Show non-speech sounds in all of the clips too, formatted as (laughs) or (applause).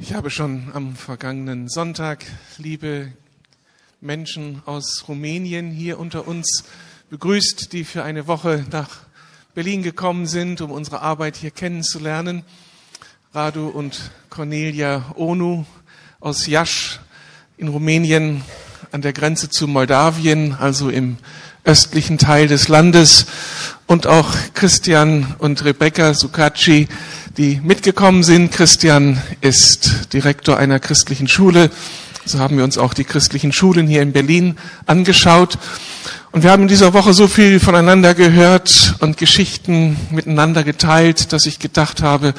Ich habe schon am vergangenen Sonntag liebe Menschen aus Rumänien hier unter uns begrüßt, die für eine Woche nach Berlin gekommen sind, um unsere Arbeit hier kennenzulernen. Radu und Cornelia Onu aus Jasch in Rumänien an der Grenze zu Moldawien, also im östlichen Teil des Landes und auch Christian und Rebecca Sukaci, die mitgekommen sind. Christian ist Direktor einer christlichen Schule. So haben wir uns auch die christlichen Schulen hier in Berlin angeschaut. Und wir haben in dieser Woche so viel voneinander gehört und Geschichten miteinander geteilt, dass ich gedacht habe,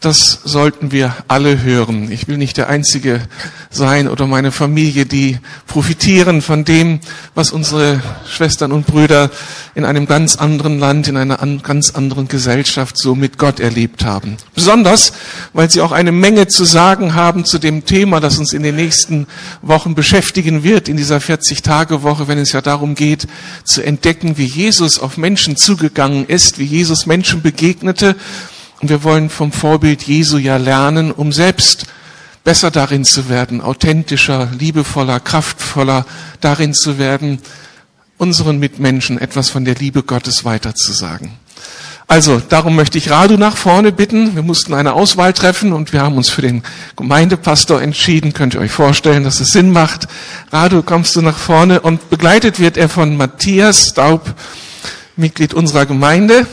das sollten wir alle hören. Ich will nicht der Einzige sein oder meine Familie, die profitieren von dem, was unsere Schwestern und Brüder in einem ganz anderen Land, in einer an, ganz anderen Gesellschaft so mit Gott erlebt haben. Besonders, weil sie auch eine Menge zu sagen haben zu dem Thema, das uns in den nächsten Wochen beschäftigen wird, in dieser 40-Tage-Woche, wenn es ja darum geht, zu entdecken, wie Jesus auf Menschen zugegangen ist, wie Jesus Menschen begegnete und wir wollen vom Vorbild Jesu ja lernen, um selbst besser darin zu werden, authentischer, liebevoller, kraftvoller darin zu werden, unseren Mitmenschen etwas von der Liebe Gottes weiterzusagen. Also, darum möchte ich Radu nach vorne bitten. Wir mussten eine Auswahl treffen und wir haben uns für den Gemeindepastor entschieden. Könnt ihr euch vorstellen, dass es Sinn macht? Radu, kommst du nach vorne und begleitet wird er von Matthias Daub, Mitglied unserer Gemeinde.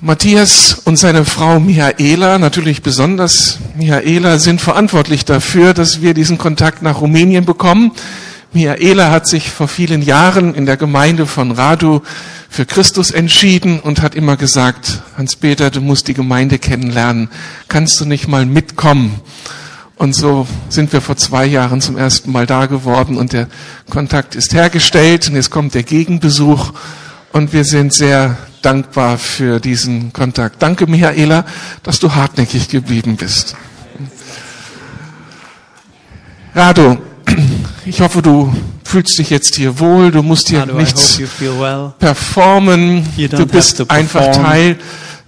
Matthias und seine Frau Michaela, natürlich besonders Michaela, sind verantwortlich dafür, dass wir diesen Kontakt nach Rumänien bekommen. Michaela hat sich vor vielen Jahren in der Gemeinde von Radu für Christus entschieden und hat immer gesagt, Hans-Peter, du musst die Gemeinde kennenlernen. Kannst du nicht mal mitkommen? Und so sind wir vor zwei Jahren zum ersten Mal da geworden und der Kontakt ist hergestellt und jetzt kommt der Gegenbesuch und wir sind sehr dankbar für diesen Kontakt. Danke, Michaela, dass du hartnäckig geblieben bist. Rado, ich hoffe, du fühlst dich jetzt hier wohl, du musst hier Radu, I nichts hope you feel well. performen, You don't du have bist to einfach perform. Teil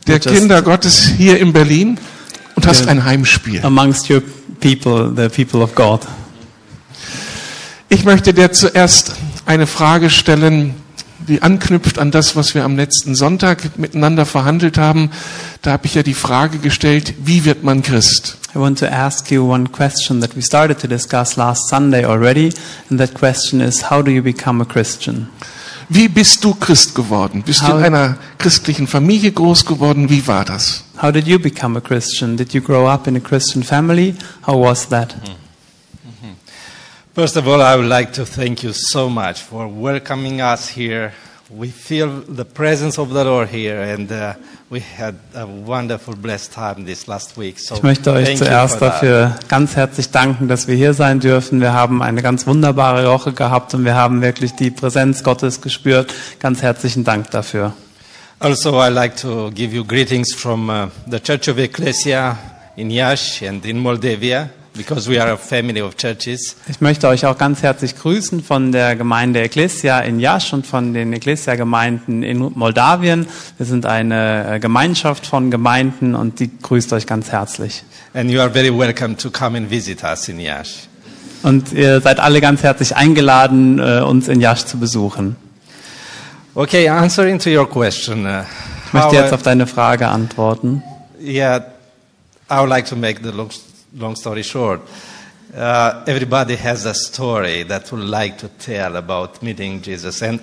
der You just- Kinder Gottes hier in Berlin und hast Yeah. ein Heimspiel. Amongst your people, the people of God. Ich möchte dir zuerst eine Frage stellen, die anknüpft an das, was wir am letzten Sonntag miteinander verhandelt haben. Da habe ich ja die Frage gestellt, wie wird man Christ? I want to ask you one question that we started to discuss last Sunday already, and that question is how do you become a Christian? Wie bist du Christ geworden? Bist du in How- einer christlichen Familie groß geworden? Wie war das? How did you become a Christian? Did you grow up in a Christian family? How was that? Mhm. First of all, I would like to thank you so much for welcoming us here. We feel the presence of the Lord here, and uh, we had a wonderful, blessed time this last week. So Ich möchte euch thank you zuerst for that. dafür ganz herzlich danken, dass wir hier sein dürfen. Wir haben eine ganz wunderbare Woche gehabt und wir haben wirklich die Präsenz Gottes gespürt. Ganz herzlichen Dank dafür. Also, I'd like to give you greetings from uh, the Church of Ecclesia in Yash and in Moldavia, because we are a family of churches. Ich möchte euch auch ganz herzlich grüßen von der Gemeinde Ecclesia in Jasch und von den Ecclesia-Gemeinden in Moldawien. Wir sind eine äh, Gemeinschaft von Gemeinden und die grüßt euch ganz herzlich. And you are very welcome to come and visit us in Yash. Und ihr seid alle ganz herzlich eingeladen, äh, uns in Jasch zu besuchen. Okay, answering to your question. Uh, Ich möchte how I- jetzt auf deine Frage antworten. Yeah, I would like to make the long, long story short. Uh, everybody has a story that would like to tell about meeting Jesus, and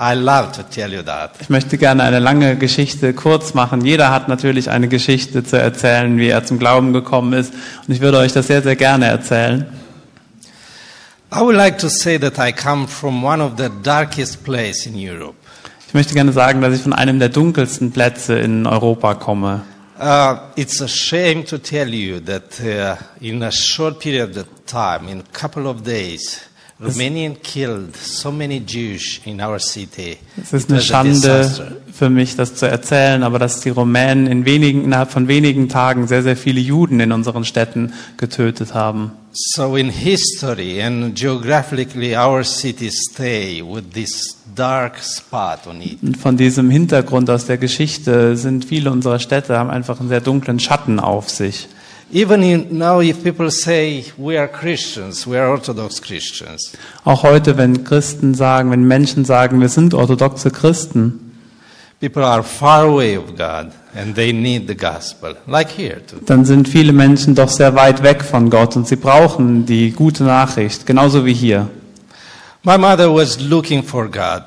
I love to tell you that. Ich möchte gerne eine lange Geschichte kurz machen. Jeder hat natürlich eine Geschichte zu erzählen, wie er zum Glauben gekommen ist. Und ich würde euch das sehr, sehr gerne erzählen. I would like to say that I come from one of the darkest places in Europe. Ich möchte gerne sagen, dass ich von einem der dunkelsten Plätze in Europa komme. Uh, it's a shame to tell you that uh, in a short period of time, in a couple of days, Romanian killed so many Jews in our city. Es ist eine It was a disaster. Schande für mich, das zu erzählen, aber dass die Rumänen in wenigen, innerhalb von wenigen Tagen sehr, sehr viele Juden in unseren Städten getötet haben. So, in history and geographically, our city stay with this dark spot on it. Und von diesem Hintergrund aus der Geschichte sind viele unserer Städte haben einfach einen sehr dunklen Schatten auf sich. Even in, now, if people say we are Christians, we are Orthodox Christians, Auch heute, wenn Christen sagen, wenn Menschen sagen, wir sind orthodoxe Christen, people are far away of God and they need the gospel, like here too. dann sind viele Menschen doch sehr weit weg von Gott und sie brauchen die gute Nachricht, genauso wie hier. My mother was looking for God.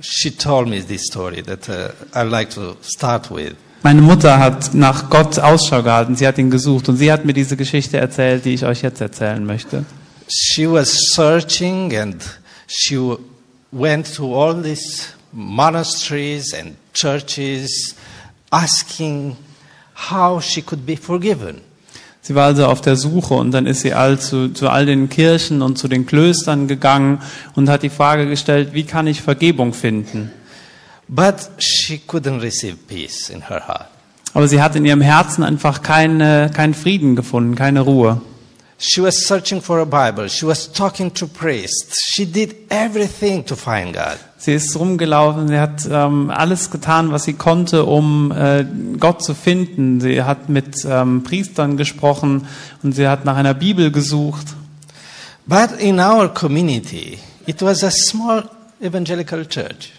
She told me this story that uh, I like to start with. Meine Mutter hat nach Gott Ausschau gehalten, sie hat ihn gesucht und sie hat mir diese Geschichte erzählt, die ich euch jetzt erzählen möchte. She was searching and she w- went to all these monasteries and churches asking how she could be forgiven. Sie war also auf der Suche und dann ist sie all zu, zu all den Kirchen und zu den Klöstern gegangen und hat die Frage gestellt, wie kann ich Vergebung finden? But she couldn't receive peace in her heart. Aber sie hat in ihrem Herzen einfach keine, keinen Frieden gefunden, keine Ruhe. She was searching for a Bible. She was talking to priests. She did everything to find God. Sie ist rumgelaufen, sie hat ähm, alles getan, was sie konnte, um äh, Gott zu finden. Sie hat mit ähm, Priestern gesprochen und sie hat nach einer Bibel gesucht. But in our community, it was a small evangelical church.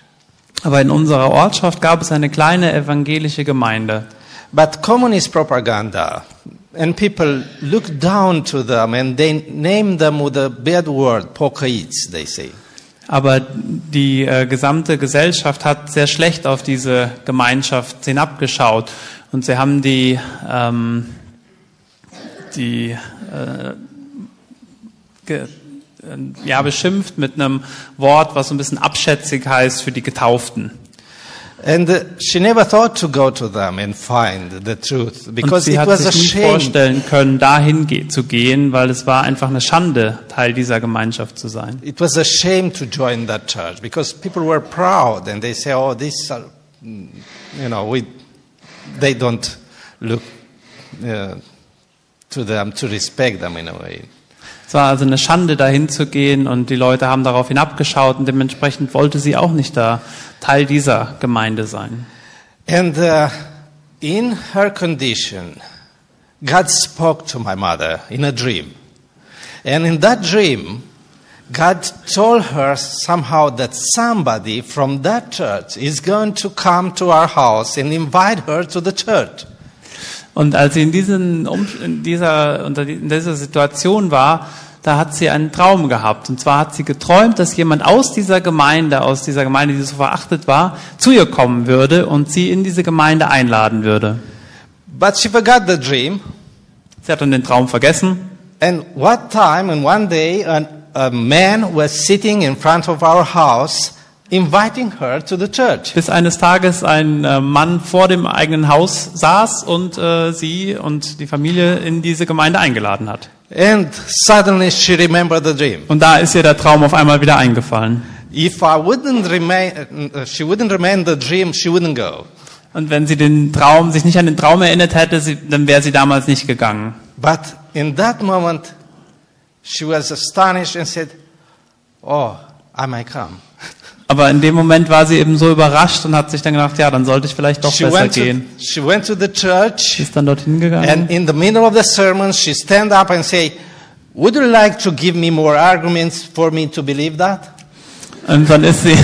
Aber in unserer Ortschaft gab es eine kleine evangelische Gemeinde. But communist propaganda and people look down to them and they name them with a bad word, pokaits, they say. Aber die äh, gesamte Gesellschaft hat sehr schlecht auf diese Gemeinschaft hinabgeschaut und sie haben die ähm, die äh, ge, ähm, ja beschimpft mit einem Wort, was so ein bisschen abschätzig heißt für die Getauften. And uh, she never thought to go to them and find the truth Und because sie it hat was a sich nie shame. vorstellen können, dahin ge zu gehen, weil es war einfach eine Schande, Teil dieser Gemeinschaft zu sein. It was a shame to join that church because people were proud and they say, "Oh, these are, mm, you know, we, they don't look uh, to them to respect them in a way." Es war also eine Schande, dahin zu gehen und die Leute haben darauf hinabgeschaut und dementsprechend wollte sie auch nicht da Teil dieser Gemeinde sein. And uh, in her condition, God spoke to my mother in a dream. And in that dream, God told her somehow that somebody from that church is going to come to our house and invite her to the church. Und als sie in, diesen, Um- in, dieser, unter die- in dieser Situation war, da hat sie einen Traum gehabt. Und zwar hat sie geträumt, dass jemand aus dieser Gemeinde, aus dieser Gemeinde, die so verachtet war, zu ihr kommen würde und sie in diese Gemeinde einladen würde. But she forgot the dream. Sie hat dann den Traum vergessen. And what time and one day, an, a man was sitting in front of our house inviting her to the church. Bis eines Tages ein äh, Mann vor dem eigenen Haus saß und äh, sie und die Familie in diese Gemeinde eingeladen hat. And suddenly she remembered the dream. Und da ist ihr der Traum auf einmal wieder eingefallen. If I wouldn't remain, uh, she wouldn't remain the dream, she wouldn't go. Und wenn sie den Traum, sich nicht an den Traum erinnert hätte, sie, dann wäre sie damals nicht gegangen. But in that moment, she was astonished and said, Oh, I might come. Aber in dem Moment war sie eben so überrascht und hat sich dann gedacht, ja, dann sollte ich vielleicht doch she, besser went to, gehen. she went to the Sie church, ist dann dorthin gegangen. and in the middle of the sermon, she stand up and say, Would you like to give me more arguments for me to believe that? Und dann ist sie,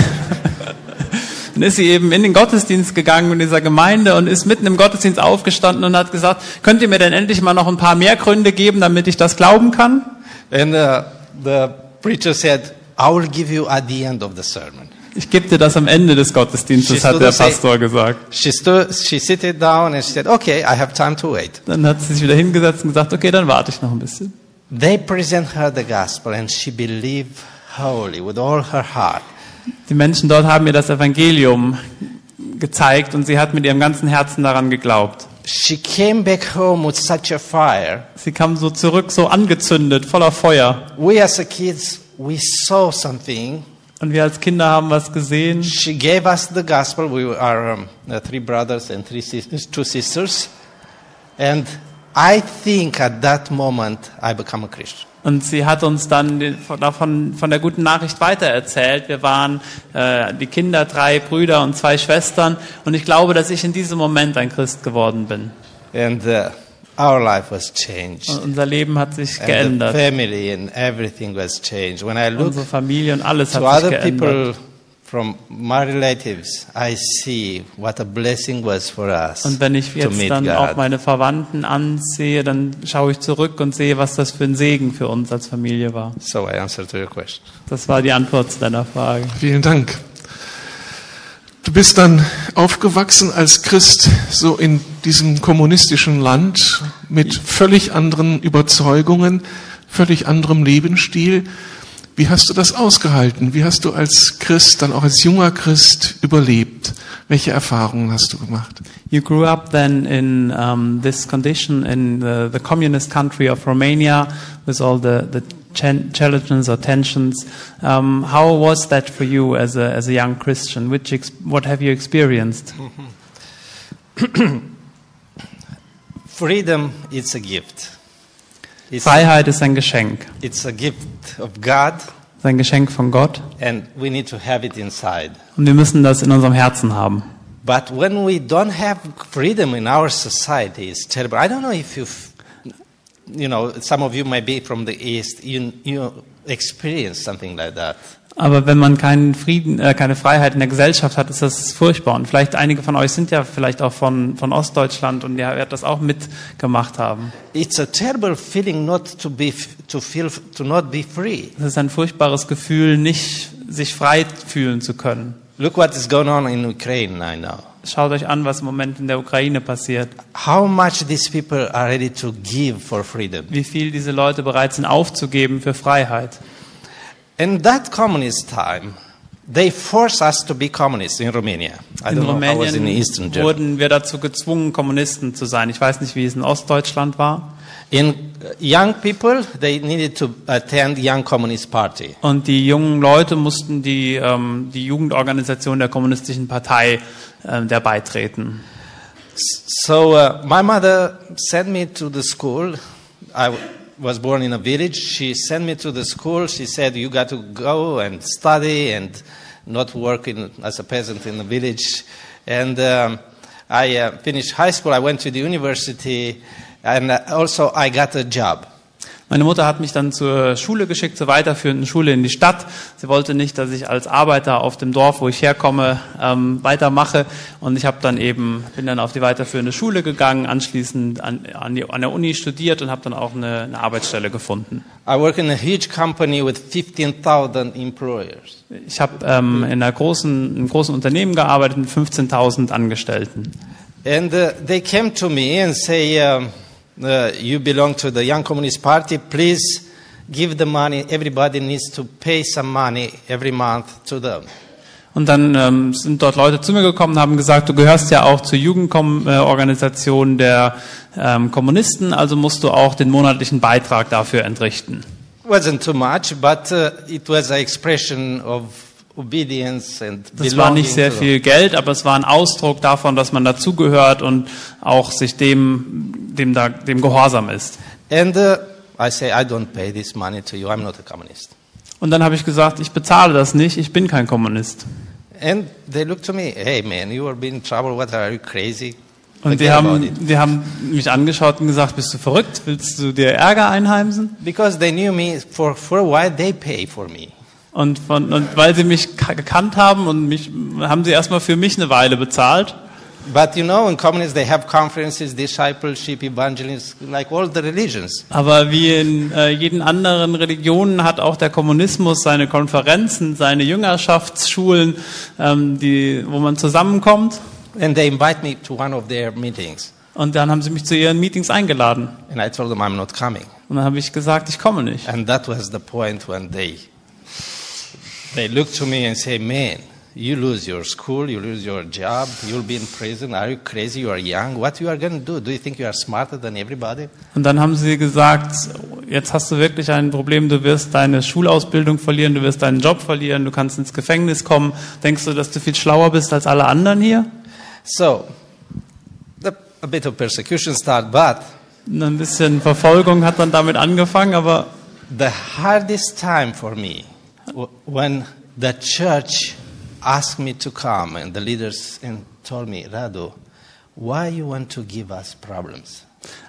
(laughs) dann ist sie eben in den Gottesdienst gegangen in dieser Gemeinde und ist mitten im Gottesdienst aufgestanden und hat gesagt, könnt ihr mir denn endlich mal noch ein paar mehr Gründe geben, damit ich das glauben kann? And uh, the preacher said, I will give you at the end of the sermon. Ich gebe dir das am Ende des Gottesdienstes, Schießt du hat der das, ey? Pastor gesagt. She, stood, she sitted down and she said, Okay, I have time to wait. Dann hat sie sich wieder hingesetzt und gesagt, okay, dann warte ich noch ein bisschen. They present her the gospel and she believed wholly with all her heart. Die Menschen dort haben ihr das Evangelium gezeigt und sie hat mit ihrem ganzen Herzen daran geglaubt. She came back home with such a fire. Sie kam so zurück, so angezündet, voller Feuer. We as a kids, we saw something. Und wir als Kinder haben was gesehen. She gave us the gospel. We are um, uh, three brothers uh, and three sisters, two sisters. And I think at that moment I become a Christian. Und sie hat uns dann die- von- davon, von der guten Nachricht weitererzählt. Wir waren äh, die Kinder, drei Brüder und zwei Schwestern. Und ich glaube, dass ich in diesem Moment ein Christ geworden bin. And uh, our life was changed. Und unser Leben hat sich And the geändert. family and everything was changed. When I look Unsere Familie und alles to hat sich other geändert. people from my relatives, I see what a blessing was for us Und wenn ich to meet jetzt dann auch God. meine Verwandten ansehe, dann schaue ich zurück und sehe, was das für ein Segen für uns als Familie war. So I answer to your question. Das war die Antwort zu deiner Frage. Vielen Dank. Du bist dann aufgewachsen als Christ so in diesem kommunistischen Land mit völlig anderen Überzeugungen, völlig anderem Lebensstil. Wie hast du das ausgehalten? Wie hast du als Christ, dann auch als junger Christ überlebt? Welche Erfahrungen hast du gemacht? You grew up then in um, this condition in the, the communist country of Romania with all the, the chen- challenges or tensions. Um, how was that for you as a, as a young Christian? Which ex- what have you experienced? Freedom is a gift. It's, Freiheit ist ein Geschenk. it's a gift of God, Ist ein Geschenk von Gott. and we need to have it inside. Und wir müssen das in unserem Herzen haben. But when we don't have freedom in our society, it's terrible. I don't know if you, you know, some of you may be from the East, you, you experience something like that. Aber wenn man keinen Frieden, äh, keine Freiheit in der Gesellschaft hat, ist das furchtbar. Und vielleicht einige von euch sind ja vielleicht auch von, von Ostdeutschland und ihr werdet das auch mitgemacht haben. It's a terrible feeling not to be, to feel, to not be free. Es ist ein furchtbares Gefühl, nicht sich frei fühlen zu können. Look what is going on in Ukraine right now. Schaut euch an, was im Moment in der Ukraine passiert. How much these people are ready to give for freedom. Wie viel diese Leute bereit sind aufzugeben für Freiheit. In that communist time, they forced us to be communists in Romania. I In don't know, I was in Eastern Rumänien Germany. wurden wir dazu gezwungen, Kommunisten zu sein. Ich weiß nicht, wie es in Ostdeutschland war. In uh, young people, they needed to attend Young Communist Party. Und die jungen Leute mussten die, ähm, die Jugendorganisation der Kommunistischen Partei ähm, der beitreten. So uh, my mother sent me to the school. I w- was born in a village. She sent me to the school. She said, "You got to go and study and not work in, as a peasant in the village." And um, I uh, finished high school. I went to the university, and uh, also I got a job. Meine Mutter hat mich dann zur Schule geschickt, zur weiterführenden Schule in die Stadt. Sie wollte nicht, dass ich als Arbeiter auf dem Dorf, wo ich herkomme, ähm, weitermache. Und ich habe dann eben bin dann auf die weiterführende Schule gegangen, anschließend an, an, die, an der Uni studiert und habe dann auch eine, eine Arbeitsstelle gefunden. I work in a huge company with 15,000 employers. Ich habe ähm, in einer großen, einem großen Unternehmen gearbeitet mit 15.000 Angestellten. And uh, they came to me and say, um, uh, "You belong to the Young Communist Party. Please give the money. Everybody needs to pay some money every month to them." Und dann ähm, sind dort Leute zu mir gekommen und haben gesagt, du gehörst ja auch zur Jugendorganisation der ähm, Kommunisten, also musst du auch den monatlichen Beitrag dafür entrichten. wasn't too much, but uh, it was an expression of obedience and Das war belonging nicht sehr to them. viel Geld, aber es war ein Ausdruck davon, dass man dazugehört und auch sich dem, dem, da, dem gehorsam ist. And uh, I say, "I don't pay this money to you. I'm not a communist." Und dann habe ich gesagt, ich bezahle das nicht, ich bin kein Kommunist. And they look to me, "Hey, man, you are in trouble. What are you crazy?" Und die Forget about haben, it. die haben mich angeschaut und gesagt, bist du verrückt, willst du dir Ärger einheimsen? because they knew me for for a while. They pay for me. Und, von, und weil sie mich ka- gekannt haben und mich haben sie erstmal für mich eine Weile bezahlt. But you know, in communists they have conferences, discipleship, evangelism, like all the religions. Aber wie in äh, jeden anderen Religionen hat auch der Kommunismus seine Konferenzen, seine Jüngerschaftsschulen, ähm, die, wo man zusammenkommt. And they invite me to one of their meetings. Und dann haben sie mich zu ihren Meetings eingeladen. And I told them I'm not coming. Und dann habe ich gesagt, ich komme nicht. And that was the point when they they looked to me and say, Man, you lose your school, you lose your job, you'll be in prison. Are you crazy? You are young. What you are gonna do? Do you think you are smarter than everybody? Und dann haben sie gesagt, jetzt hast du wirklich ein Problem, du wirst deine Schulausbildung verlieren, du wirst deinen Job verlieren, du kannst ins Gefängnis kommen. Denkst du, dass du viel schlauer bist als alle anderen hier? So the, a bit of persecution started, but Ein bisschen Verfolgung hat dann damit angefangen, aber The hardest time for me w- when the church asked me to come and the leaders and told me, Radu, why you want to give us problems?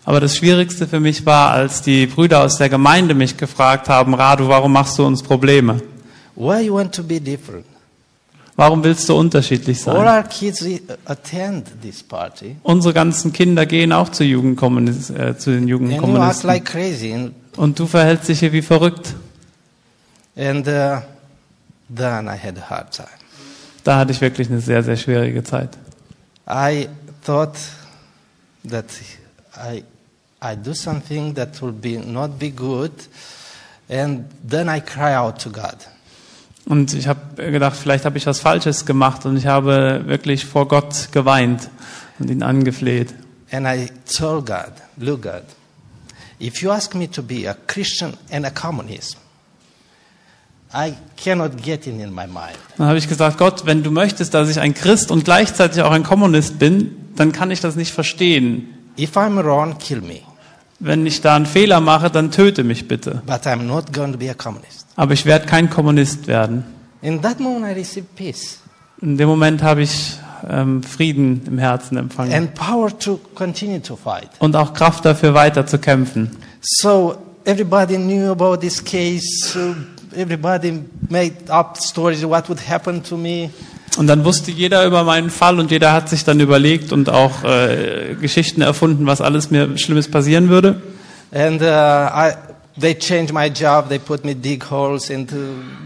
Aber das Schwierigste für mich war, als die Brüder aus der Gemeinde mich gefragt haben, Radu, warum machst du uns Probleme? Why you want to be different? Warum willst du unterschiedlich All sein? our kids re- attend this party Unsere ganzen Kinder gehen auch zu, Jugendkommunis äh, zu den and you act Jugendkommunisten. like crazy. And, Und du verhältst dich hier wie verrückt. and uh, then I had a hard time. Da hatte ich wirklich eine sehr, sehr schwierige Zeit. I thought that I, I do something that will be not be good, and then I cry out to God. Und ich habe gedacht, vielleicht habe ich was Falsches gemacht und ich habe wirklich vor Gott geweint und ihn angefleht. And I told God, look, God, if you ask me to be a Christian and a communist, I cannot get it in my mind. Dann habe ich gesagt, Gott, wenn du möchtest, dass ich ein Christ und gleichzeitig auch ein Kommunist bin, dann kann ich das nicht verstehen. If I'm wrong, kill me. Wenn ich da einen Fehler mache, dann töte mich bitte. But I'm not going to be a communist. Aber ich werde kein Kommunist werden. In that moment, I received peace In dem Moment habe ich ähm, Frieden im Herzen empfangen and power to continue to fight. und auch Kraft dafür weiter zu kämpfen. So everybody knew about this case. So everybody made up stories what would happen to me. Und dann wusste jeder über meinen Fall und jeder hat sich dann überlegt und auch äh, Geschichten erfunden, was alles mir Schlimmes passieren würde. And uh, I, they changed my job. They put me dig holes into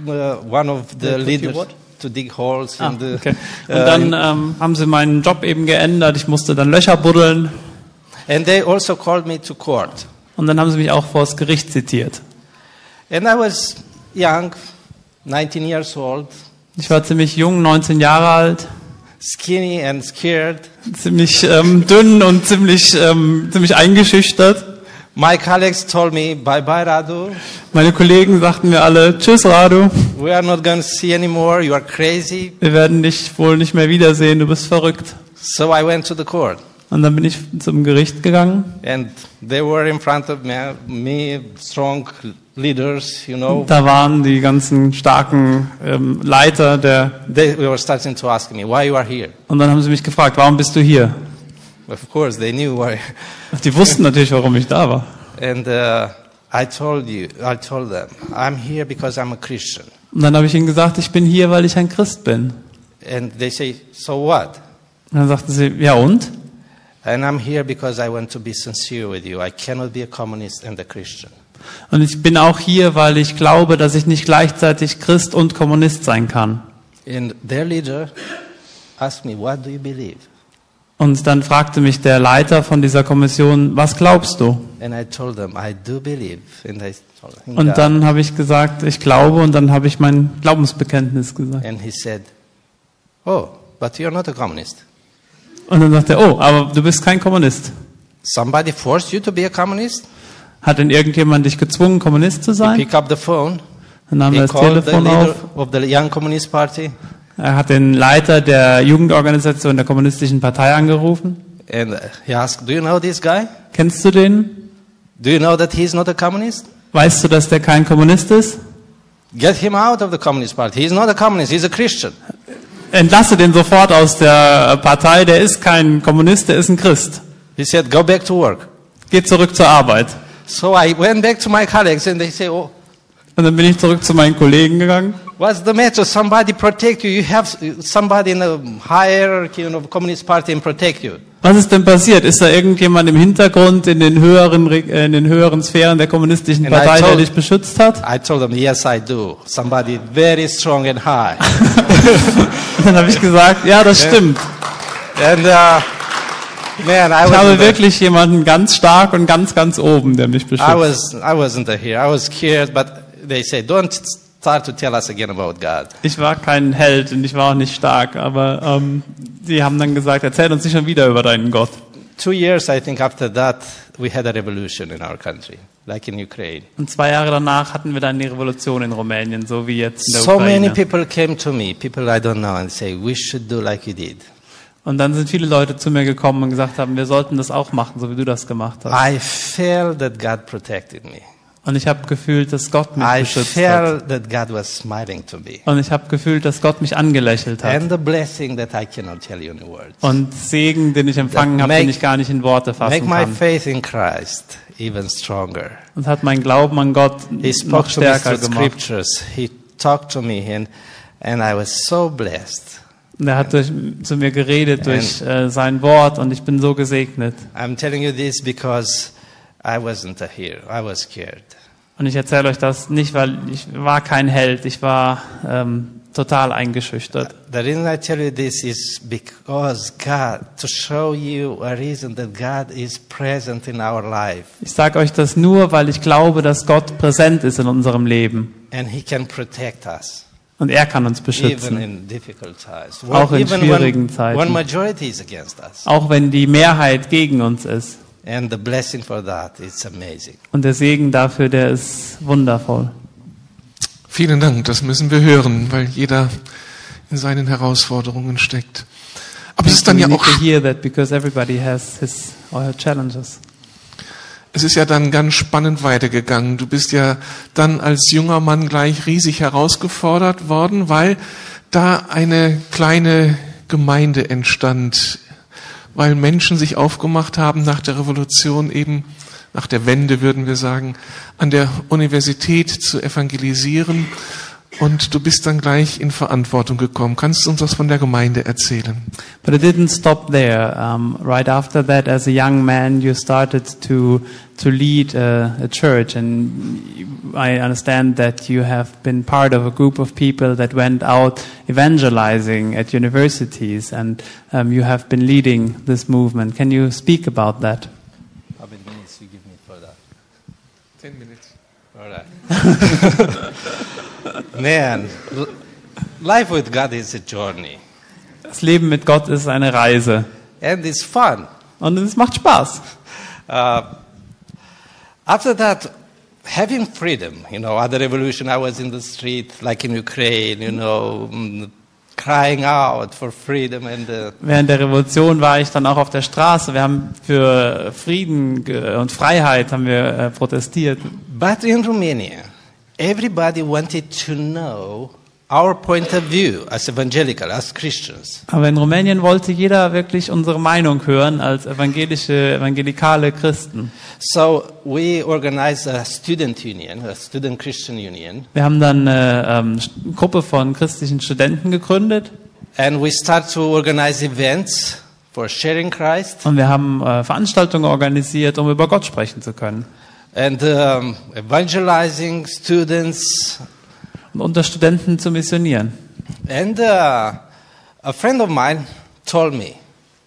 uh, one of They the put you leaders what? to dig holes. Ah, in the, okay. Und uh, dann ähm, haben sie meinen Job eben geändert. Ich musste dann Löcher buddeln and they also called me to court. und dann haben sie mich auch vors Gericht zitiert. And I was young, 19 years old, Ich war ziemlich jung, 19 Jahre alt, skinny and scared. ziemlich ähm, dünn und ziemlich, ähm, ziemlich eingeschüchtert. My colleagues told me, "Bye bye, Radu. Meine Kollegen sagten mir alle, tschüss Radu, We are not going to see anymore. You are crazy." wir werden dich wohl nicht mehr wiedersehen, du bist verrückt. So I went to the court. Und dann bin ich zum Gericht gegangen And they were in front of me, me strong leaders, you know. Da waren die ganzen starken ähm, Leiter der. They were starting to ask me, why you are here? Und dann haben sie mich gefragt, warum bist du hier? Also Of course, they knew why. (laughs) Die wussten natürlich, warum ich da war. And uh, I told you, I told them, I'm here because I'm a Christian. Und dann habe ich ihnen gesagt, ich bin hier, weil ich ein Christ bin. And they say, so what? Und dann sagten sie, ja und? And I'm here because I want to be sincere with you. I cannot be a communist and a Christian. Und ich bin auch hier, weil ich glaube, dass ich nicht gleichzeitig Christ und Kommunist sein kann. And their leader asked me, what do you believe? Und dann fragte mich der Leiter von dieser Kommission, was glaubst du? And I told them, I do believe. And I told him, Und that. dann habe ich gesagt, ich glaube, und dann habe ich mein Glaubensbekenntnis gesagt. And he said, Oh, but you're not a communist. Und dann sagte er, oh, aber du bist kein Kommunist. Somebody forced you to be a communist? Hat denn irgendjemand dich gezwungen, Kommunist zu sein? He picked up the phone. Dann nahm he er das called the Telefon leader auf. of the Young Communist Party. Er hat den Leiter der Jugendorganisation der Kommunistischen Partei angerufen. And uh, he asked, Do you know this guy? Kennst du den? Do you know that he's not a communist? Weißt du, dass der kein Kommunist ist? Get him out of the Communist Party. He's not a communist, he's a Christian. Entlasse den sofort aus der Partei. Der ist kein Kommunist, der ist ein Christ. He said, Go back to work. Geh zurück zur Arbeit. So I went back to my colleagues and they say, Oh, Und dann bin ich zurück zu meinen Kollegen gegangen. what's the matter? Somebody protect you. You have s- somebody in a hierarchy you know, of Communist Party and protect you. Was ist denn passiert? Ist da irgendjemand im Hintergrund in den höheren, Reg- äh, in den höheren Sphären der Kommunistischen And I Partei, der told- dich beschützt hat? (laughs) I told them, yes, I do. Somebody very strong and high. Und dann habe ich gesagt, ja, das stimmt. and uh, man, I Ich habe wasn't, a- wirklich jemanden ganz stark und ganz, ganz oben, der mich I beschützt. was, I wasn't a hero. I was scared, but they say, don't start to tell us again about God. Ich war kein Held und ich war auch nicht stark, aber ähm, die haben dann gesagt, erzähl uns nicht schon wieder über deinen Gott. Two years, I think, after that, we had a revolution in our country, like in Ukraine. Und zwei Jahre danach hatten wir dann die Revolution in Rumänien, so wie jetzt in der So many Ukraine. people came to me, people I don't know, and say, we should do like you did. Und dann sind viele Leute zu mir gekommen und gesagt haben, wir sollten das auch machen, so wie du das gemacht hast. I felt that God protected me. Und ich habe gefühlt, dass Gott mich I beschützt hat. felt that God was smiling to me. Und ich habe gefühlt, dass Gott mich angelächelt hat. And the blessing that I cannot tell you in words. Und Segen, den ich empfangen habe, den ich gar nicht in Worte Make fassen my kann. faith in Christ even stronger. Und hat meinen Glauben an Gott He spoke noch to me stärker through gemacht. scriptures. He talked to me and, and I was so blessed. Und er hat durch, zu mir geredet durch äh, sein Wort und ich bin so gesegnet. I'm telling you this because I wasn't a hero. I was scared. Und ich erzähle euch das nicht, weil ich war kein Held, ich war ähm, total eingeschüchtert. The reason I tell you this is because God, to show you a reason that God is present in our life Ich sage euch das nur, weil ich glaube, dass Gott präsent ist in unserem Leben and He can protect us und er kann uns even beschützen, in difficult times. Auch in even schwierigen when, Zeiten. when majority is against us. auch wenn die Mehrheit gegen uns ist. And the blessing for that is amazing. Und der Segen dafür, der ist wundervoll. Vielen Dank, das müssen wir hören, weil jeder in seinen Herausforderungen steckt. Aber es ist dann We ja need auch, to hear that because everybody has his or her challenges. es ist ja dann ganz spannend weitergegangen. Du bist ja dann als junger Mann gleich riesig herausgefordert worden, weil da eine kleine Gemeinde entstand, weil Menschen sich aufgemacht haben nach der Revolution eben, nach der Wende würden wir sagen, an der Universität zu evangelisieren. Und du bist dann gleich in Verantwortung gekommen. Kannst du uns was von der Gemeinde erzählen? But it didn't stop there. Um, right after that, as a young man, you started to to lead a, a church, and I understand that you have been part of a group of people that went out evangelizing at universities, and um, you have been leading this movement. Can you speak about that? How many minutes you give me for that? Ten minutes. All right. (laughs) Man, l- life with God is a journey, Das Leben mit Gott ist eine Reise, and it's fun. und es macht Spaß. Uh, after that, having freedom, you know, other revolution, I was in the street, like in Ukraine, you know, mm, crying out for freedom and. Uh, Während der Revolution war ich dann auch auf der Straße. Wir haben für Frieden ge- und Freiheit haben wir äh, protestiert. But in Romania, everybody wanted to know our point of view as evangelical, as Christians. Aber in Rumänien wollte jeder wirklich unsere Meinung hören als evangelische, evangelikale Christen. So we organized a student union, a student Christian union, Wir haben dann eine ähm, St- Gruppe von christlichen Studenten gegründet and we start to organize events for sharing Christ. und wir haben äh, Veranstaltungen organisiert, um über Gott sprechen zu können. And um, evangelizing students. Und unter Studenten zu missionieren. And uh, a friend of mine told me,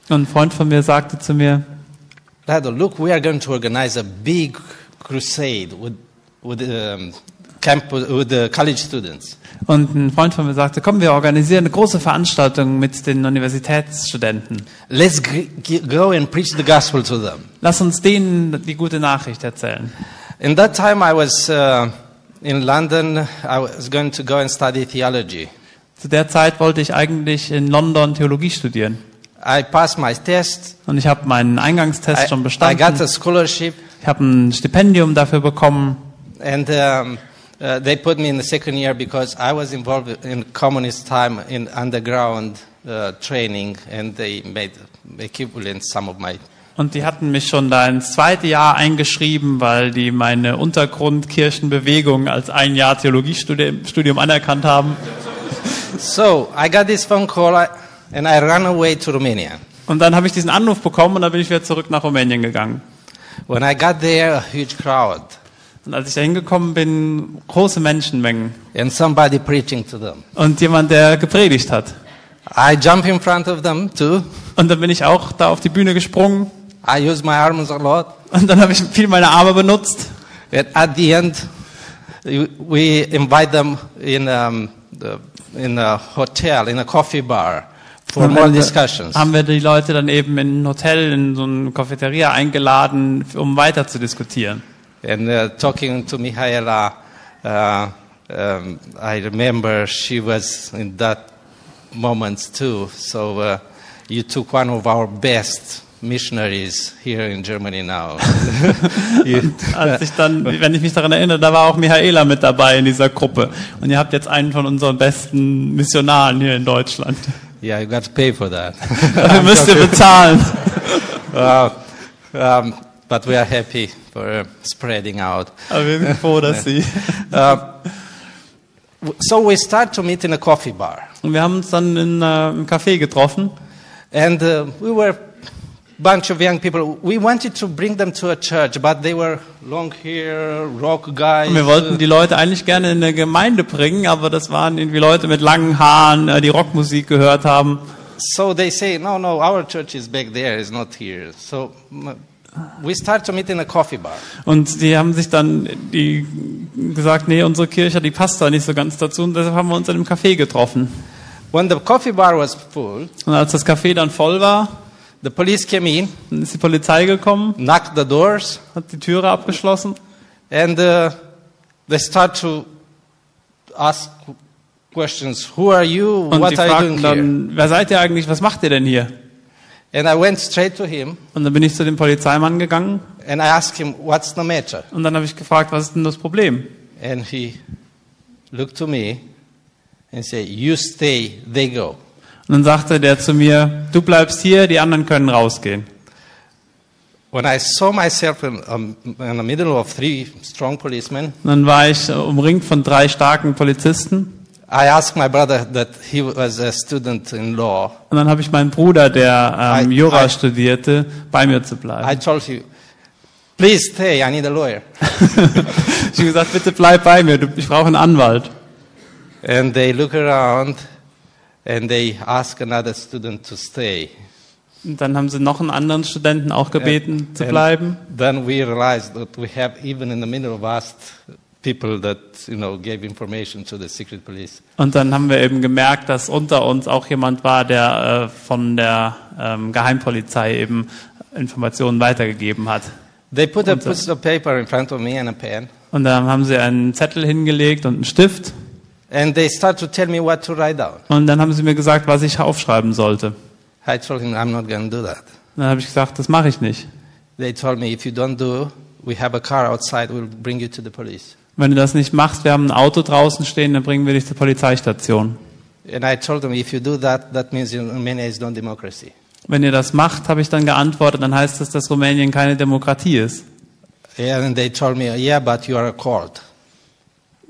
Und ein Freund von mir sagte zu mir, Rado, look, we are going to organize a big crusade with, with, um, campus, with the college students. und ein Freund von mir sagte, komm, wir organisieren eine große Veranstaltung mit den Universitätsstudenten. Let's g- g- go and preach the gospel to them. Lass uns denen die gute Nachricht erzählen. In that time, I was uh, in London. I was going to go and study theology. Zu der Zeit wollte ich eigentlich in London Theologie studieren. I passed my test. Und ich habe meinen Eingangstest I, schon I got a bestanden. scholarship, Ich habe ein Stipendium dafür bekommen. and um, uh, they put me in the second year because I was involved in communist time in underground uh, training, and they made equivalent some of my. Und die hatten mich schon da ins zweite Jahr eingeschrieben, weil die meine Untergrundkirchenbewegung als ein Jahr Theologiestudium Studium anerkannt haben. So I got this phone call, I, and I ran away to Romania. Und dann habe ich diesen Anruf bekommen und dann bin ich wieder zurück nach Rumänien gegangen. When I got there, a huge crowd, Und als ich da hingekommen bin, große Menschenmengen and somebody preaching to them. und jemand, der gepredigt hat. I jump in front of them too. Und dann bin ich auch da auf die Bühne gesprungen I use my arms a lot. und dann habe ich viel meine Arme benutzt. And at the end, you- we invite them in, um, the, in a hotel, in a coffee bar, for Am more Ende discussions. Haben wir die Leute dann eben in ein Hotel, in so eine Cafeteria eingeladen, um weiter zu diskutieren. And uh, talking to Mihaela, uh, um, I remember she was in that moment too. So uh, you took one of our best missionaries here in Germany now. (laughs) You- Als ich dann, wenn ich mich daran erinnere, da war auch Michaela mit dabei in dieser Gruppe. Und ihr habt jetzt einen von unseren besten Missionaren hier in Deutschland. yeah, you got to pay for that. (laughs) Dafür müsst ihr bezahlen. Wow. um, but we are happy for uh, spreading out. Aber wir sind froh, dass sie. Uh, w- so we start to meet in a coffee bar, Und wir haben uns dann in, äh, im Café getroffen. and uh, we were bunch of young people. We wanted to bring them to a church, but they were long hair, rock guys. Und wir wollten die Leute eigentlich gerne in eine Gemeinde bringen, aber das waren irgendwie Leute mit langen Haaren, äh, die Rockmusik gehört haben. So they say, no, no, our church is back there, it's not here. So m- we start to meet in a coffee bar. Und die haben sich dann die gesagt, nee, unsere Kirche, die passt da nicht so ganz dazu. Und deshalb haben wir uns in einem Café getroffen. When the coffee bar was full, Und als das Café dann voll war, the police came in, dann ist die Polizei gekommen, knocked the doors, hat die Türe abgeschlossen. and uh, they start to ask questions. Who are you? Und what die are you doing fragten here? dann, wer seid ihr eigentlich, was macht ihr denn hier? And I went straight to him Und dann bin ich zu dem Polizeimann gegangen and I asked him, what's the matter? und dann habe ich gefragt, was ist denn das Problem? And he looked to me and said, you stay, they go. Und dann sagte der zu mir, du bleibst hier, die anderen können rausgehen. When I saw myself in, um, in the middle of three strong policemen, Und dann war ich äh, umringt von drei starken Polizisten. I asked my brother that he was a student in law. Und dann habe ich meinen Bruder, der ähm, I- Jura I- studierte, bei mir zu bleiben. I told him, please stay, I need a lawyer. (laughs) ich habe gesagt, bitte bleib bei mir, du, ich brauche einen Anwalt. And they look around and they ask another student to stay. Und dann haben sie noch einen anderen Studenten auch gebeten zu And bleiben. Then we realized that we have, even in the middle of us, people that you know gave information to the secret police. Und dann haben wir eben gemerkt, dass unter uns auch jemand war, der äh, von der ähm, Geheimpolizei eben Informationen weitergegeben hat. They put a Und so. piece of paper in front of me and a pen, Und dann haben sie einen Zettel hingelegt und einen Stift. and they start to tell me what to write down. Und dann haben sie mir gesagt, was ich aufschreiben sollte. I told him I'm not going to do that. Und dann habe ich gesagt, das mache ich nicht. They told me if you don't do, we have a car outside. We'll bring you to the police. Wenn du das nicht machst, wir haben ein Auto draußen stehen, dann bringen wir dich zur Polizeistation. And I told them, if you do that, that means Romania is not democracy. Wenn ihr das macht, habe ich dann geantwortet, dann heißt es, dass Rumänien keine Demokratie ist. And they told me, yeah, but you are a cult.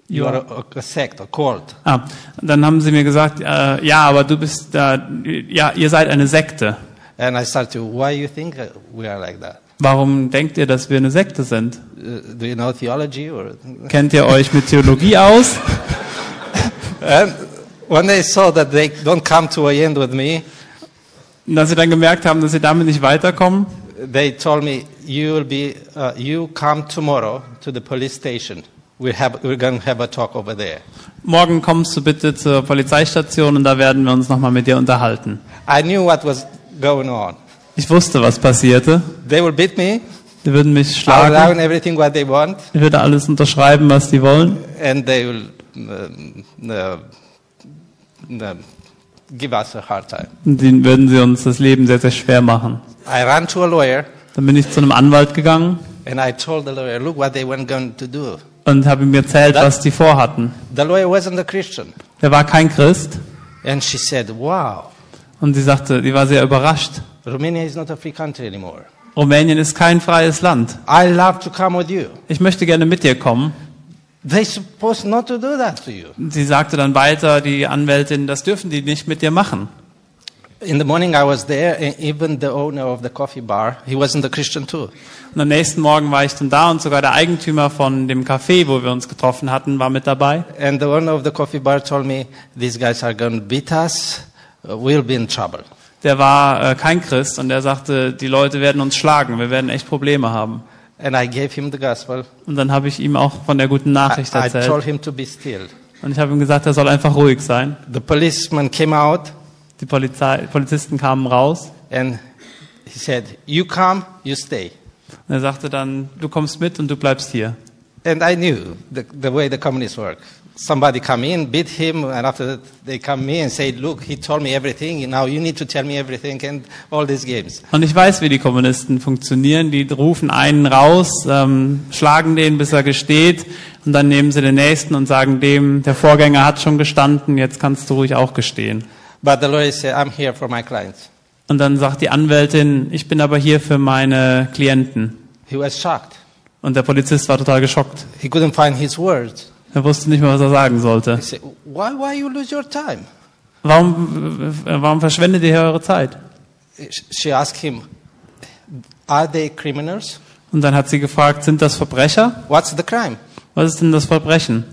You, You are a, a sect, a cult. Ah, dann haben sie mir gesagt, äh, ja, aber du bist da, ja, ihr seid eine Sekte. And I started to, why you think uh, we are like that? Warum denkt ihr, dass wir eine Sekte sind? Uh, do you know theology? Or? Kennt ihr euch mit Theologie aus? And (laughs) when they saw that they don't come to an end with me, Und als sie dann gemerkt haben, dass sie damit nicht weiterkommen, they told me, you will be, uh, you come tomorrow to the police station. We have, we're going to have a talk over there. morgen kommst du bitte zur Polizeistation und da werden wir uns nochmal mit dir unterhalten. I knew what was going on. Ich wusste, was passierte. They will beat me, Die würden mich I'll schlagen. down everything what they want. Ich würde alles unterschreiben, was die wollen. and they will um, uh, uh, give us a hard time. Und denen würden sie uns das Leben sehr, sehr schwer machen. I ran to a lawyer Dann bin ich zu einem Anwalt gegangen and I told the lawyer, look what they were going to do. und habe ihm erzählt, was die vorhatten. The lawyer wasn't a Christian. Der war kein Christ And she said, wow, und sie sagte, die war sehr überrascht. Romania is not a free country anymore. Rumänien ist kein freies Land. I love to come with you. Ich möchte gerne mit dir kommen. They supposed not to do that to you. Und Sie sagte dann weiter, die Anwältin, das dürfen die nicht mit dir machen. In the morning I was there, and even the owner of the coffee bar, he wasn't a Christian too. Und am nächsten Morgen war ich dann da und sogar der Eigentümer von dem Café, wo wir uns getroffen hatten, war mit dabei. And the owner of the coffee bar told me, these guys are going to beat us, Uh, we'll be in trouble. Der war äh, kein Christ und der sagte, die Leute werden uns schlagen, wir werden echt Probleme haben. And I gave him the gospel. Und dann habe ich ihm auch von der guten I, Nachricht I told erzählt. him to be still. Und ich habe ihm gesagt, er soll einfach ruhig sein. The policeman came out Die Polizei, Polizisten kamen raus. and he said, You come, you stay. Und er sagte dann, du kommst mit und du bleibst hier. And I knew the, the way the communists work. Somebody come in, beat him, and after that they come in and say, look, he told me everything, now you need to tell me everything, and all these games. Und ich weiß, wie die Kommunisten funktionieren. Die rufen einen raus, ähm, schlagen den, bis er gesteht, und dann nehmen sie den nächsten und sagen dem, der Vorgänger hat schon gestanden, jetzt kannst du ruhig auch gestehen. But the lawyer said, I'm here for my clients. Und dann sagt die Anwältin, ich bin aber hier für meine Klienten. He was shocked. Und der Polizist war total geschockt. He couldn't find his words. Er wusste nicht mehr, was er sagen sollte. He said, why, why you lose your time? Warum, äh, warum verschwendet ihr hier eure Zeit? She asked him, are they criminals? Und dann hat sie gefragt, sind das Verbrecher? What's the crime? Was ist denn das Verbrechen?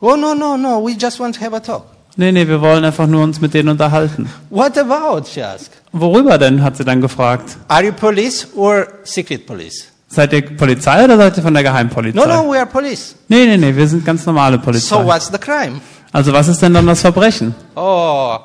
Oh, no, no, no, we just want to have a talk. Nee, nee, wir wollen einfach nur uns mit denen unterhalten. What about, she asked. Worüber denn, hat sie dann gefragt. Are you police or secret police? Seid ihr Polizei oder seid ihr von der Geheimpolizei? No, no, we are police. Nee, nee, nee, wir sind ganz normale Polizei. So what's the crime? Also was ist denn dann das Verbrechen? Oh,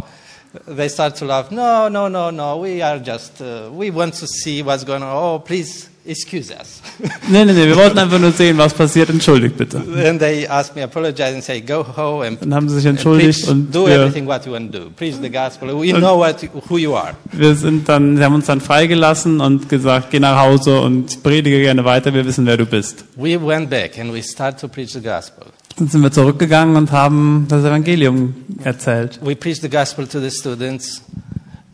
they start to laugh. No, no, no, no, we are just, uh, we want to see what's going on. Oh, please excuse us. (laughs) Nee, nee, nee, wir wollten einfach nur sehen, was passiert. Entschuldigt bitte. then they ask me, apologize, and say, go home and, Dann haben sie sich and preach, entschuldigt und do wir, everything what you want to do. Preach the gospel. We know what, who you are. wir sind dann, sie haben uns dann freigelassen und gesagt, geh nach Hause und predige gerne weiter, wir wissen, wer du bist. We went back and we start to preach the gospel. Dann sind wir zurückgegangen und haben das Evangelium erzählt. We preached the gospel to the students,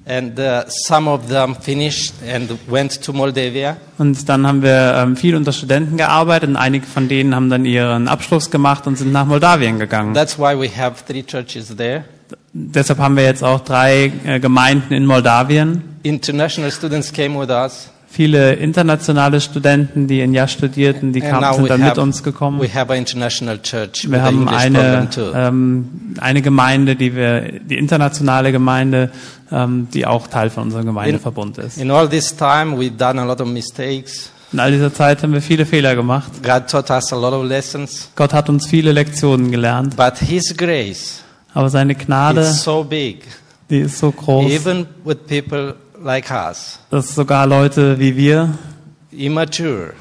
and uh, some of them finished and went to Moldavia. Und dann haben wir ähm, viel unter Studenten gearbeitet und einige von denen haben dann ihren Abschluss gemacht und sind nach Moldawien gegangen. That's why we have three churches there. Deshalb haben wir jetzt auch drei äh, Gemeinden in Moldawien. International students came with us, Viele internationale Studenten, die in Jasch studierten, die and kamen, now sind we dann mit have, uns gekommen. we have an international church with Wir an haben English eine, program too. ähm, eine Gemeinde, die wir, die internationale Gemeinde, ähm, die auch Teil von unserem Gemeindeverbund ist. In all this time, we've done a lot of mistakes. In all dieser Zeit haben wir viele Fehler gemacht. God taught us a lot of lessons, Gott hat uns viele Lektionen gelernt, but His grace aber seine Gnade, is so big, die ist so groß, even with people like us, dass sogar Leute wie wir, immature,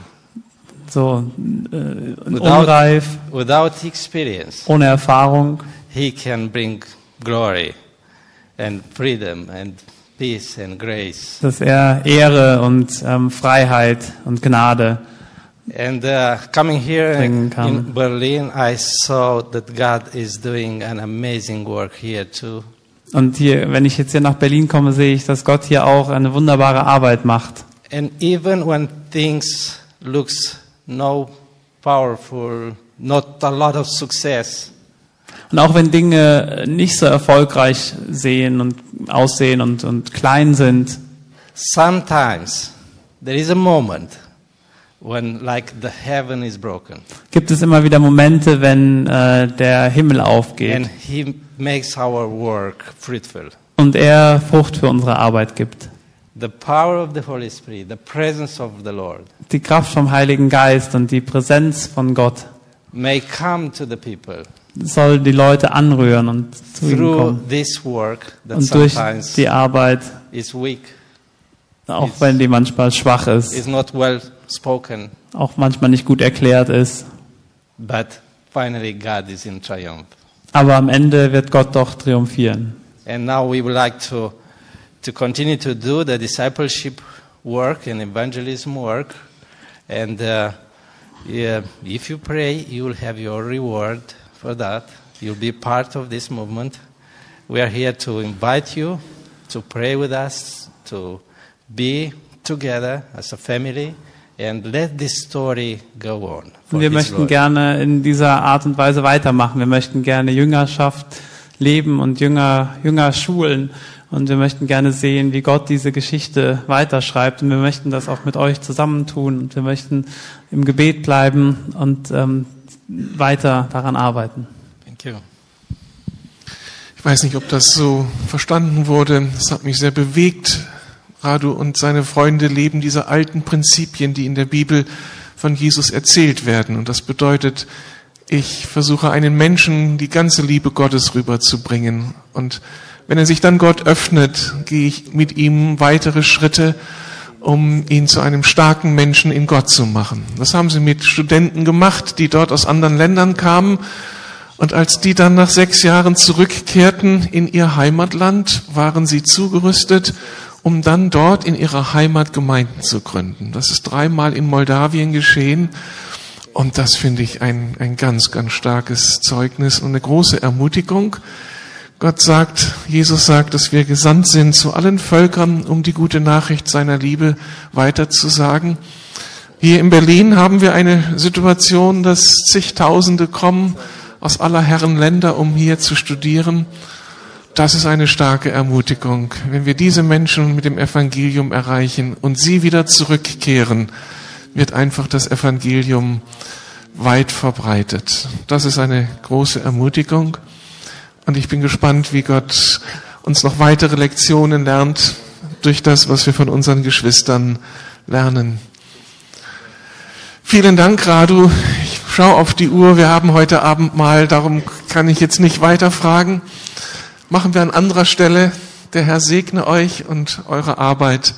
so äh, Without- unreif, without experience. ohne Erfahrung, He can bring glory and freedom and peace and grace. dass er Ehre und ähm, Freiheit und Gnade. And uh, coming here Bringen in, kann. in Berlin, I saw that God is doing an amazing work here too. Und hier, wenn ich jetzt hier nach Berlin komme, sehe ich, dass Gott hier auch eine wunderbare Arbeit macht. And even when things looks no powerful, not a lot of success, Und auch wenn Dinge nicht so erfolgreich sehen und aussehen und, und klein sind, sometimes there is a moment when like the heaven is broken gibt es immer wieder Momente, wenn äh, der Himmel and aufgeht he makes our work fruitful. und er Frucht für unsere Arbeit gibt. The power of the Holy Spirit, the presence of the Lord, Die Kraft vom Heiligen Geist und die Präsenz von Gott may come to the people soll die Leute anrühren und zu ihnen through kommen. this work that Und durch sometimes die Arbeit, is weak, auch wenn die manchmal schwach ist, is not well spoken, auch manchmal nicht gut erklärt ist, but finally God is in triumph. aber am Ende wird Gott doch triumphieren. And now we would like to, to continue to do the discipleship work and evangelism work. And uh, yeah, if you pray, you will have your reward for that. You'll be part of this movement. We are here to invite you to pray with us, to be together as a family, and let this story go on. for Und wir His möchten glory. gerne in dieser Art und Weise weitermachen. Wir möchten gerne Jüngerschaft leben und Jünger, Jünger schulen. Und wir möchten gerne sehen, wie Gott diese Geschichte weiterschreibt. Und wir möchten das auch mit euch zusammentun. Und wir möchten im Gebet bleiben und ähm, weiter daran arbeiten. Thank you. Ich weiß nicht, ob das so verstanden wurde. Es hat mich sehr bewegt. Radu und seine Freunde leben diese alten Prinzipien, die in der Bibel von Jesus erzählt werden. Und das bedeutet, ich versuche einen Menschen die ganze Liebe Gottes rüberzubringen. Und wenn er sich dann Gott öffnet, gehe ich mit ihm weitere Schritte um ihn zu einem starken Menschen in Gott zu machen. Das haben sie mit Studenten gemacht, die dort aus anderen Ländern kamen. Und als die dann nach sechs Jahren zurückkehrten in ihr Heimatland, waren sie zugerüstet, um dann dort in ihrer Heimat Gemeinden zu gründen. Das ist dreimal in Moldawien geschehen. Und das finde ich ein, ein ganz, ganz starkes Zeugnis und eine große Ermutigung. Gott sagt, Jesus sagt, dass wir gesandt sind zu allen Völkern, um die gute Nachricht seiner Liebe weiterzusagen. Hier in Berlin haben wir eine Situation, dass zigtausende kommen aus aller Herren Länder, um hier zu studieren. Das ist eine starke Ermutigung, wenn wir diese Menschen mit dem Evangelium erreichen und sie wieder zurückkehren wird einfach das Evangelium weit verbreitet. Das ist eine große Ermutigung. Und ich bin gespannt, wie Gott uns noch weitere Lektionen lernt durch das, was wir von unseren Geschwistern lernen. Vielen Dank, Radu. Ich schaue auf die Uhr. Wir haben heute Abend mal, darum kann ich jetzt nicht weiter fragen. Machen wir an anderer Stelle. Der Herr segne euch und eure Arbeit.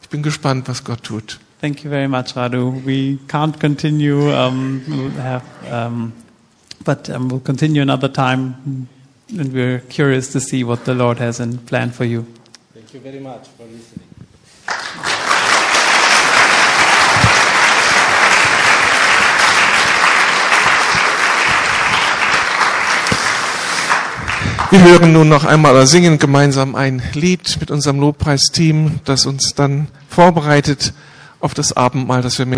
Ich bin gespannt, was Gott tut. Thank you very much, Radu. We can't continue, um, we'll have, um, but um, we'll continue another time, and we're curious to see what the Lord has in plan for you. Thank you very much for listening. Wir hören nun noch einmal oder singen gemeinsam ein Lied mit unserem Lobpreisteam, das uns dann vorbereitet auf das Abendmahl, das wir mit